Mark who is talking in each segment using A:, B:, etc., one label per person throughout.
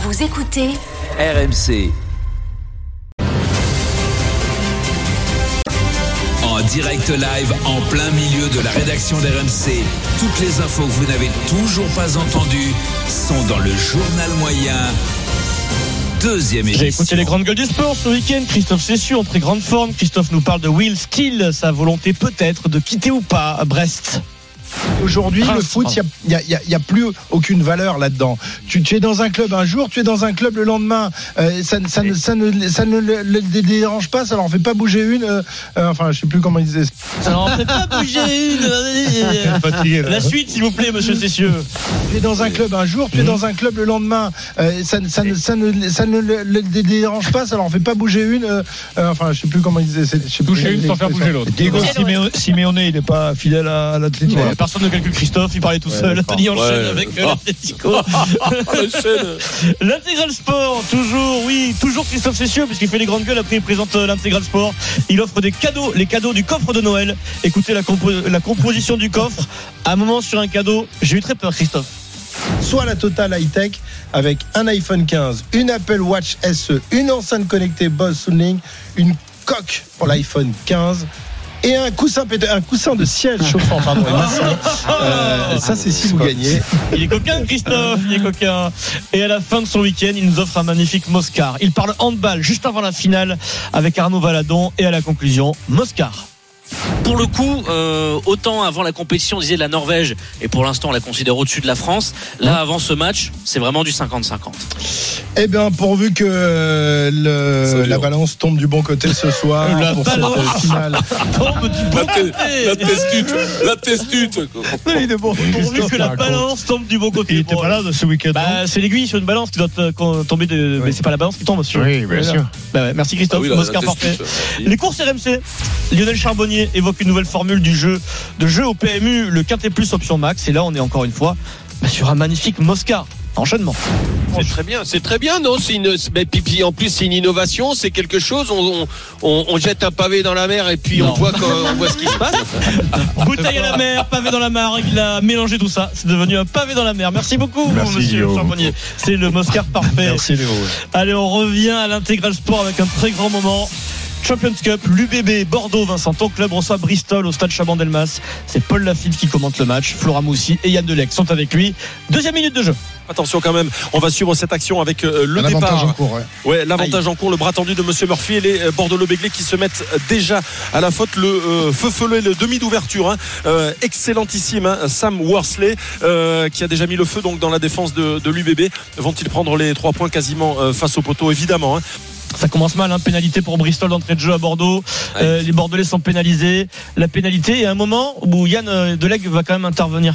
A: Vous écoutez
B: RMC. En direct live, en plein milieu de la rédaction d'RMC, toutes les infos que vous n'avez toujours pas entendues sont dans le journal moyen. Deuxième édition.
C: J'ai écouté les grandes gueules du sport ce week-end. Christophe Cessu en très grande forme. Christophe nous parle de Will Steele, sa volonté peut-être de quitter ou pas Brest.
D: Aujourd'hui,
C: Prince,
D: le foot,
C: pardon.
D: il n'y a, il y a- il y a plus aucune valeur là-dedans. Tu, tu es dans un club un jour, tu es dans un club le lendemain. Euh, ça, ne- ça, ne, ça, ne, ça ne le- le- les dérange pas, ça leur fait pas bouger une. euh, euh, enfin, je sais plus comment ils disaient.
C: Ça en fait pas bouger une. La suite, s'il vous plaît, monsieur Cessieux.
D: Tu es dans un club un jour,
C: Hmm.
D: tu es dans un club le lendemain. Euh, ça, ne- ça, ne, ça, ne, ça ne le- le- les dérange pas, ça leur fait pas bouger une. euh, euh, enfin, je sais plus comment ils disaient. Bouger une sans faire bouger l'autre.
E: Diego Simeone, Simeone, il n'est pas fidèle à, à l'Atlético.
C: Ouais, Personne ne calcule Christophe, il parlait tout seul. Tony enchaîne avec
E: Ah.
C: euh, l'Atlético. L'intégral sport, toujours, oui, toujours Christophe Cessieux, puisqu'il fait les grandes gueules, après il présente euh, l'intégral sport. Il offre des cadeaux, les cadeaux du coffre de Noël. Écoutez la, compo- la composition du coffre. À un moment sur un cadeau, j'ai eu très peur, Christophe.
D: soit la Total High Tech avec un iPhone 15, une Apple Watch SE, une enceinte connectée Bose Soundlink, une coque pour l'iPhone 15. Et un coussin, pété- un coussin de siège chauffant, pardon. et massant. Euh, ça, c'est si vous gagnez.
C: Il est coquin, Christophe, il est coquin. Et à la fin de son week-end, il nous offre un magnifique Moscar. Il parle handball juste avant la finale avec Arnaud Valadon et à la conclusion, Moscar.
F: pour le coup, euh, autant avant la compétition, on disait la Norvège, et pour l'instant, on la considère au-dessus de la France. Là, avant ce match, c'est vraiment du 50-50.
D: Eh bien, pourvu que euh, le-
G: Ça dure.
D: la balance tombe du bon côté ce soir
C: La
D: pour cette
C: balance.
D: euh, finale.
C: Tombe du bon
G: La, te-
C: côté.
G: la testute, la testute. quoi.
C: Pourvu
D: Christophe
C: que la
D: raconte.
C: balance tombe du bon côté.
E: Il était
C: Bon,
E: pas là de ce week-end. non
C: Bah, c'est l'aiguille sur une balance qui doit euh, quand- tomber de. Mais c'est pas la balance qui tombe sur.
E: oui, bien sûr.
C: Bah ouais, merci
G: Ah
C: Christophe,
G: oui, la- la
C: Moscar parfait.
G: testute.
C: Les courses RMC. Lionel Charbonnier évoque une nouvelle formule du jeu de jeu au PMU, le quintet plus option max. Et là, on est encore une fois bah, sur un magnifique Moscar. Enchaînement.
H: C'est très bien, c'est très bien, non c'est une, mais puis, puis en plus c'est une innovation, c'est quelque chose. On, on- on- on jette un pavé dans la mer et puis
C: Non.
H: on voit, qu'on- on voit ce qui se passe.
C: Bouteille à la mer, pavé dans la mare. Il a mélangé tout ça. C'est devenu un pavé dans la mer. Merci beaucoup,
E: Merci,
C: monsieur
E: Guillaume.
C: Charbonnier. C'est le Moscar parfait.
E: Merci Léo.
C: Allez, on revient à l'intégral sport avec un très grand moment. Champions Cup, l'UBB, Bordeaux, Vincent, ton club reçoit Bristol au stade Chabandelmas. C'est Paul Lafitte qui commente le match. Flora Moussi et Yann Delec sont avec lui. Deuxième minute de jeu.
I: Attention quand même, on va suivre cette action avec euh, le
D: Un avantage en
I: départ.
D: cours, ouais.
I: Ouais, l'avantage en cours, le bras tendu de Monsieur Murphy et les euh, bordeaux béglé qui se mettent euh, déjà à la faute. Le euh, feu follet, le demi d'ouverture, hein. Euh, excellentissime. hein. Sam Worsley euh, qui a déjà mis le feu donc dans la défense de, de l'UBB. Vont-ils prendre les trois points quasiment euh, face au poteau Évidemment. hein.
C: Ça commence mal, hein. pénalité pour Bristol d'entrée de jeu à Bordeaux. Euh, les Bordelais sont pénalisés. La pénalité, et à un moment où Yann euh, Delec va quand même intervenir.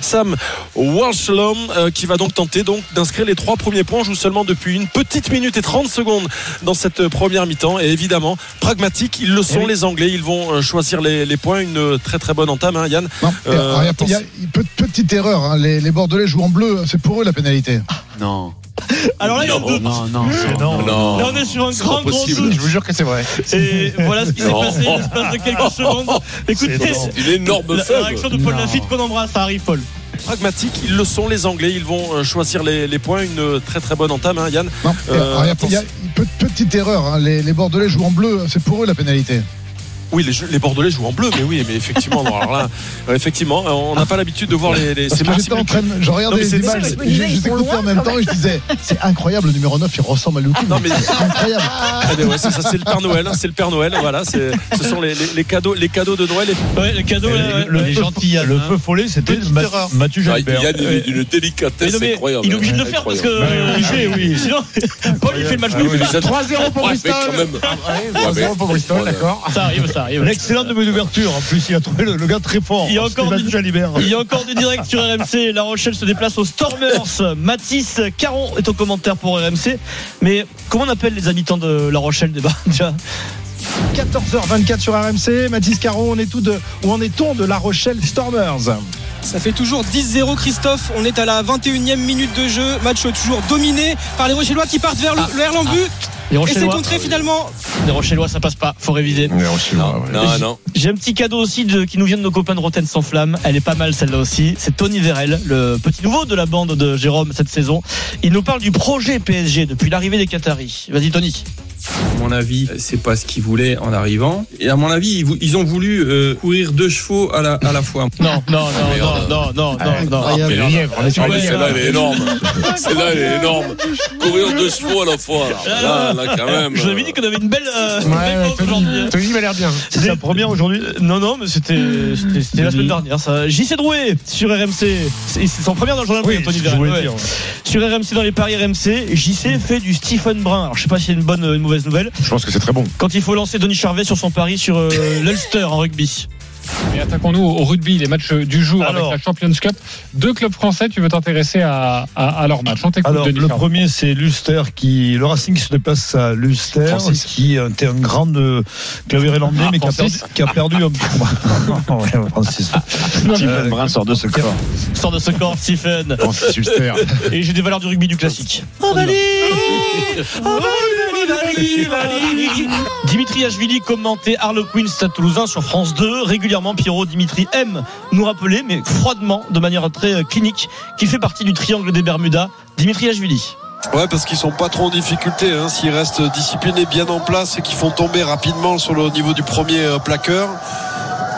I: Sam Walshlom euh, qui va donc tenter donc d'inscrire les trois premiers points. On joue seulement depuis une petite minute et 30 secondes dans cette euh, première mi-temps. Et évidemment, pragmatique, ils le sont
J: Eh
C: oui.
I: les Anglais. Ils vont euh, choisir les, les points. Une euh, très très bonne entame, hein, Yann.
J: Non,
I: Euh,
J: alors, il y a- il y a pe- petite erreur. hein. Les, les Bordelais jouent en bleu. C'est pour eux la pénalité.
B: Non.
C: Alors là, il y a
G: Non,
C: un doute.
B: Non, non,
E: Non,
G: Non.
C: Là, on est sur un
G: c'est
C: grand,
G: pas
C: grand
G: possible.
C: doute.
E: Je vous jure que c'est vrai.
C: Et voilà ce qui s'est
G: Non.
C: passé en l'espace de quelques secondes. Écoutez,
E: énorme.
G: Une énorme
C: la, la
G: feuille.
C: réaction de Paul
B: Non.
C: Lafitte qu'on embrasse. Ça arrive, Paul.
I: Pragmatique, ils le sont les Anglais. Ils vont euh, choisir les, les points. Une euh, très très bonne entame, hein, Yann.
J: Non,
I: Euh,
J: alors, il y a- il y a,
I: attention.
J: pe- petite erreur. hein. Les, les Bordelais jouent en bleu. C'est pour eux la pénalité.
I: Oui, les, jeux- les Bordelais jouent en bleu, mais oui, mais effectivement. bon, alors là, euh, effectivement, on n'a pas l'habitude de voir les. les
J: Parce
I: c'est
J: que j'étais
I: Martin
J: en train de, je regardais
I: Non, mais
J: les
I: c'est-
J: images,
I: c'est-
J: et je, je t'écoutais en même temps et je disais, c'est incroyable, le numéro 9, il ressemble à Lukaku.
I: Non, mais-
J: C'est incroyable.
I: Ah ben ouais, c'est ça, c'est le Père Noël, hein, c'est le Père Noël, voilà, c'est- ce sont les, les- les cadeaux, les cadeaux de Noël. Et
C: Ouais, le cadeau, là, ouais, ouais.
K: hein.
E: Le feu follet, c'était
C: Petite
E: Ma-
C: erreur.
E: Mathieu
G: Ah,
E: Jalibert.
G: Il y a
C: Ouais.
G: d'une d'une
C: Mais non,
G: délicatesse
C: mais
G: incroyable.
C: il est obligé de le faire parce que.
E: Bah, il est obligé, oui.
C: Sinon, Paul, il fait le match
G: Ah oui,
C: nul.
G: mais les autres-
E: 3-0 pour
G: Ouais, mais quand
E: Bristol.
G: même.
E: 3-0 pour Bristol, d'accord.
C: Ça arrive, ça ça arrive.
K: Une excellente demi d'ouverture. En plus, il a trouvé le, le gars très fort.
C: Il y a encore
K: Stéphane
C: du-
K: Jalibert.
C: Il y a encore du direct sur RMC. La Rochelle se déplace aux Stormers. Mathis Caron est au commentaire pour RMC. Mais comment on appelle les habitants de La Rochelle débat déjà
L: 14h24 sur RMC. Mathis Caron, on est tout de, où en est-on de La Rochelle Stormers
H: Ça fait toujours 10-0 Christophe, on est à la 21e minute de jeu, match toujours dominé par les Rochellois qui partent
I: Ah.
H: vers le, le Erlambut.
C: Les
H: et c'est
C: Rochellois.
H: contré finalement.
C: Les Rochellois, ça passe pas. Faut réviser.
I: Non, non.
C: J'ai un petit cadeau aussi de, qui nous vient de nos copains de Rotten sans flamme. Elle est pas mal celle-là aussi. C'est Tony Vérel, le petit nouveau de la bande de Jérôme cette saison. Il nous parle du projet PSG depuis l'arrivée des Qataris. Vas-y Tony.
B: À mon avis, c'est pas ce qu'ils voulaient en arrivant. Et à mon avis, ils vou- ils ont voulu euh, courir deux chevaux à la, à la fois.
C: Non, non, non, non, non, non, Ah, non.
I: mais le lièvre,
B: on est sur
I: Ah
B: le
I: ouais,
B: lièvre.
I: Celle-là, elle est énorme. Celle-là, elle est énorme. Courir deux chevaux à la fois. Là, là, quand même.
C: Je vous avais dit qu'on avait une belle, euh, une belle pause aujourd'hui.
K: Tony m'a l'air bien. C'est sa première aujourd'hui.
C: Euh, Non, non, mais c'était c'était- c'était la semaine dernière, ça. JC Drouet sur RMC. C'est c'est son premier dans le journal,
K: Oui, c'est ce que
C: Anthony
K: je
C: Verret,
K: voulais
C: ouais.
K: dire, ouais.
C: Sur RMC, dans les paris RMC, JC fait du Stephen Brun. Alors, je sais pas si c'est une bonne ou une mauvaise nouvelle.
M: Je pense que c'est très bon.
C: Quand il faut lancer Denis Charvet sur son pari sur euh, l'Ulster en rugby.
N: Mais attaquons-nous au rugby, les matchs du jour avec la Champions Cup. Deux clubs français, tu veux t'intéresser à, à, à leur match. On t'écoute,
K: Alors,
N: Denis
K: le
N: Charvet.
K: premier, c'est Luster qui. Le Racing qui se déplace à Luster,
N: Francis.
K: qui était un grand euh, clavier irlandais,
N: Ah,
K: mais qui a, perdu,
N: Francis.
K: qui a perdu un. Ouais, Francis.
M: Stephen Brun sort de ce corps.
C: Sort de ce corps, Stephen.
M: Francis Ulster.
C: Et j'ai des valeurs du rugby du classique.
H: Oh,
I: Oh,
C: Dimitri Ashvili commentait Harlequin Stade Toulousain sur France 2. Régulièrement, Pierrot Dimitri aime nous rappeler, mais froidement, de manière très euh, clinique, qu'il fait partie du triangle des Bermudas. Dimitri Ashvili.
O: Ouais, parce qu'ils sont pas trop en difficulté. hein. S'ils restent disciplinés, bien en place et qu'ils font tomber rapidement sur le niveau du premier euh, plaqueur,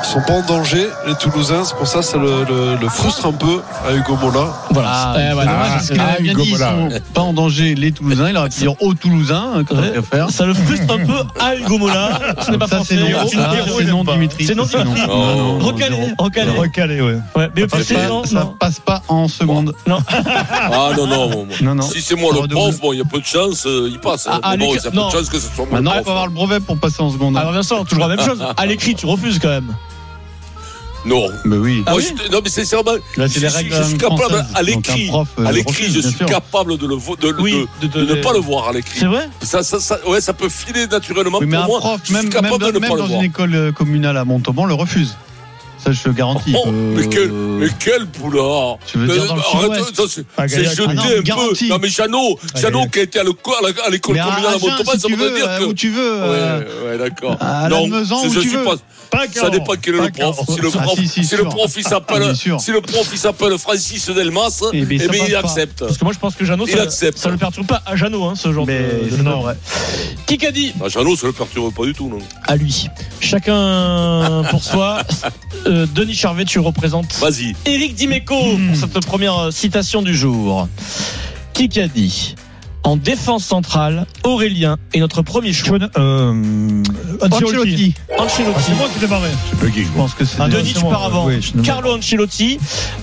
O: ils sont pas en danger, les Toulousains. C'est pour ça que ça le, le- le frustre un peu à Hugo Mola.
N: Voilà.
O: Ah,
D: Eh, dommage, parce qu'il
O: ah,
D: a bien
O: Hugo
D: dit, ils
O: Mola,
D: sont
O: ouais.
D: pas en danger les Toulousains. Il aurait pu dire aux Toulousains, hein, quand on préfère.
C: Ça le frustre un peu à Hugo Mola. Ce n'est pas
D: Ça,
C: français.
D: c'est non.
C: Hugo
D: Ça,
C: Mola,
D: c'est
C: il
D: non,
C: aime pas.
D: Dimitri.
C: C'est non,
D: Ça, c'est
C: Dimitri.
D: non. Non, non, non,
C: Recalé,
D: non.
C: recalé.
K: Recalé, ouais.
C: Mais au
D: Ça passe
C: PSG,
D: pas-
C: non,
D: ça
C: non.
D: passe pas en seconde.
C: Non.
I: Ah non, non, bon, bon.
D: Non, non.
I: Si c'est moi le prof, bon, il y a peu de chance, euh, il passe. hein.
D: Ah, ah,
I: Mais bon,
D: Lucas-
I: il y a peu
D: non. Ah,
I: de chance que ce soit moi
D: Maintenant,
I: le
D: il faut
I: prof.
D: avoir le brevet pour passer en seconde.
C: Alors Vincent, toujours la même chose. À l'écrit, tu refuses quand même.
I: Non.
D: Mais Ah oui.
I: Moi, je- non, mais sincèrement,
D: Là,
I: je,
D: c'est les
I: suis-
D: règles
I: je suis
D: françaises,
I: capable à
D: donc
I: l'écrit,
D: un prof, euh,
I: à l'écrit,
D: refuse,
I: je
D: bien
I: suis
D: sûr.
I: capable de, le, vo- de,
D: Oui, Euh,
I: de-
D: de- de-
I: de ne pas le voir à l'écrit.
C: C'est vrai
I: ça, ça, ça- ouais, ça peut filer naturellement
D: Oui, mais
I: pour
D: un
I: moi.
D: prof,
I: je suis
D: même,
I: capable
D: même-
I: de ne
D: même
I: pas le
D: dans
I: voir.
D: une école euh, communale à Montauban, le refuse. Ça, je te garantis.
I: Oh,
D: Euh,
I: mais quel, mais quel boulard
D: Tu veux Hein, dire dans le
I: Arrête,
D: sud-ouest
I: ça, c'est-
D: À
I: C'est
D: Gaillac.
I: jeté
D: Ah non,
I: un
D: garantie.
I: peu. Non mais Chano,
D: À
I: Chano
D: Gaillac.
I: qui a été à l'éco- à la- à l'école
D: Mais à
I: communale à
D: Agen,
I: Montauban,
D: si
I: ça
D: tu
I: voudrait
D: veux,
I: dire
D: euh,
I: que...
D: où tu veux, euh,
I: Ouais, ouais, d'accord.
D: à
I: Non,
D: Lannemezan,
I: c'est-
D: où
I: je
D: tu
I: suis
D: veux.
I: pas-
D: Pas
I: Ça
D: Cahors.
I: dépend quel est le
D: Pas
I: prof.
D: Cahors.
I: Si le
D: Ah,
I: prof,
D: si, si,
I: si le
D: sûr.
I: prof il
D: Ah,
I: s'appelle,
D: bien sûr.
I: si le prof il s'appelle Francis Delmas, eh
C: Eh ben,
I: bien
C: ça passe
I: il
C: pas.
I: accepte.
C: Parce que moi, je pense que Jeannot,
I: il
C: ça,
I: accepte.
C: ça le perturbe pas à Jeannot, hein, ce genre de. de- Qui qu'a dit
I: Ah, Jeannot, ça le perturbe pas du tout, non
C: À lui. Chacun pour soi. Euh, Denis Charvet, tu représentes.
I: Vas-y.
C: Éric Dimeco
K: Hmm.
C: pour cette première euh, citation du jour. Qui qu'a dit En défense centrale, Aurélien est notre premier choix.
K: euh, Ancelotti.
C: Ancelotti.
K: Ah, c'est moi qui démarrais.
M: Je
D: pense que c'est.
C: Un Denis auparavant.
K: Oui, je-
C: Carlo Ancelotti.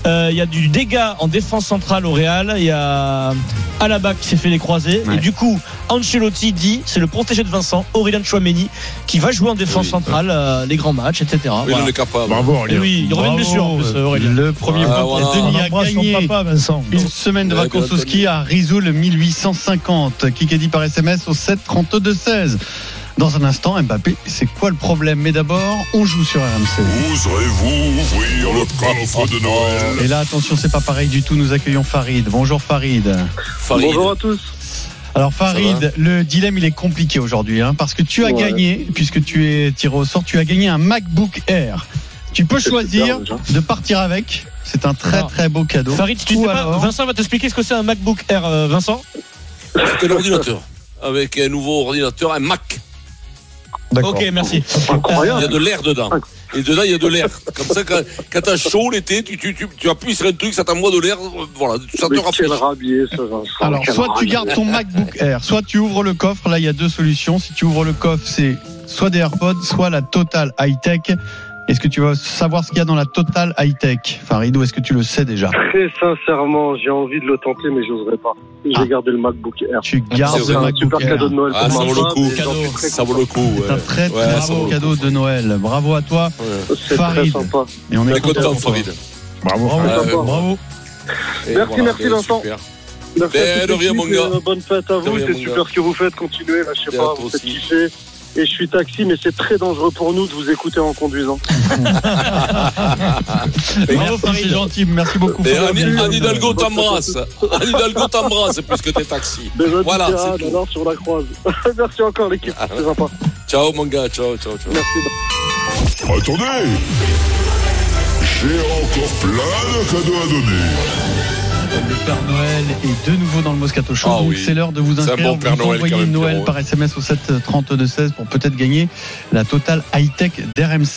C: Euh, Il y a du dégât en défense centrale au Real. Il y a Alaba qui s'est fait les croisés.
D: Ouais.
C: Et du coup, Ancelotti dit c'est le protégé de Vincent, Aurélien Chouameni, qui va jouer en défense centrale euh, les grands match, etc.
I: Oui,
C: Voilà.
I: on est capable.
C: Et oui, il revient de blessure en plus, euh, Aurélien.
D: Le premier
I: Ah,
D: point pour
I: voilà.
D: Denis
K: On
D: a
K: embrasse son
D: gagné
K: papa, Vincent.
D: une semaine de
I: Ouais,
D: vacances
I: bien
D: au
I: entendu.
D: ski à Risoul 1850. Kikadi par SMS au 7 32 16. Dans un instant, Mbappé, c'est quoi le problème Mais d'abord, on joue sur RMC.
P: Oserez-vous ouvrir le coffre de Noël
D: Et là, attention, c'est pas pareil du tout. Nous accueillons Farid. Bonjour Farid.
F: Bonjour à tous.
D: Alors
F: Ça
D: Farid, le dilemme il est compliqué aujourd'hui hein, parce que tu as
F: Ouais.
D: gagné, puisque tu es tiré au sort, tu as gagné un MacBook Air. Tu peux
C: C'est
D: choisir
C: bizarre, déjà.
D: de partir avec. C'est un très
C: Alors,
D: très beau cadeau.
C: Farid, si tu
D: Ou
C: sais pas,
D: alors-
C: Vincent va t'expliquer ce que c'est un MacBook Air, euh, Vincent.
I: C'est un ordinateur. Avec un nouveau ordinateur, un Mac.
C: Ok, merci.
H: Oh,
I: Il y a de l'air dedans. Et dedans, il y a de l'air. Comme ça, quand, quand t'as chaud l'été, tu, tu, tu, tu appuies sur un truc, ça t'envoie de l'air. euh, Voilà, ça te
F: Mais
I: rafraîchit.
F: quel rabier, ce Vincent.
D: Alors,
F: quel
D: soit tu
F: rabier.
D: gardes ton MacBook
C: Euh,
D: Air, soit tu ouvres le coffre. Là, il y a deux solutions. Si tu ouvres le coffre, c'est soit des AirPods, soit la Total High Tech.
C: Est-ce que tu vas savoir ce qu'il y a dans la totale high-tech Faridou, est-ce que tu le sais déjà
H: Très sincèrement, j'ai envie de le tenter, mais j'oserais pas. J'ai gardé le MacBook Air.
C: Tu gardes Ah.
H: C'est
C: le
H: un
C: MacBook
H: super
C: Air.
H: cadeau de Noël.
I: Ah,
H: pour
I: ça
H: ma
I: vaut le
H: femme,
I: coup.
H: et j'en suis très
I: Ça vaut le coup.
C: C'est un très
I: Ouais,
C: très
I: ça
C: beau
I: vaut le
C: cadeau de Noël. Bravo à toi,
I: coup.
H: C'est très
C: Farid.
H: sympa.
C: Et on
I: On
C: est
I: est content,
C: content pour toi.
I: Farid.
C: Bravo,
I: Ah,
C: Farid.
I: ouais.
C: bravo.
I: Et
H: Merci,
I: voilà,
H: merci,
I: ben,
H: Vincent.
I: super.
H: Merci à
I: Ben,
H: toute
I: de rien,
H: l'équipe,
I: mon gars.
H: euh, Bonne fête à
I: De
H: vous.
I: rien,
H: C'est
I: mon
H: super
I: gars.
H: ce que vous faites. Continuez. Là, je sais
I: Et à
H: pas,
I: toi
H: vous faites
I: aussi.
H: kiffer. Et je suis taxi, mais c'est très dangereux pour nous de vous écouter en conduisant.
C: Bravo, Farid. C'est gentil, merci beaucoup.
I: Et
C: Farid.
I: Anne, Anne Hidalgo t'embrasse. Anne Hidalgo t'embrasse puisque t'es taxi.
H: Déjà,
I: Voilà, c'est tout. Ah.
H: alors sur la croise. merci encore, l'équipe. C'est sympa.
I: Ciao mon gars, ciao, ciao, ciao.
Q: Attendez J'ai encore plein de cadeaux à donner.
C: Le Père Noël est de nouveau dans le Moscato Show.
I: Ah
C: donc
I: oui.
C: C'est l'heure de vous
I: C'est un
C: inscrire.
I: bon Père
C: vous
I: Noël quand
C: envoyez
I: même,
C: Noël
I: Pierrot.
C: par SMS au 7 32 16 pour peut-être gagner la totale high-tech d'RMC.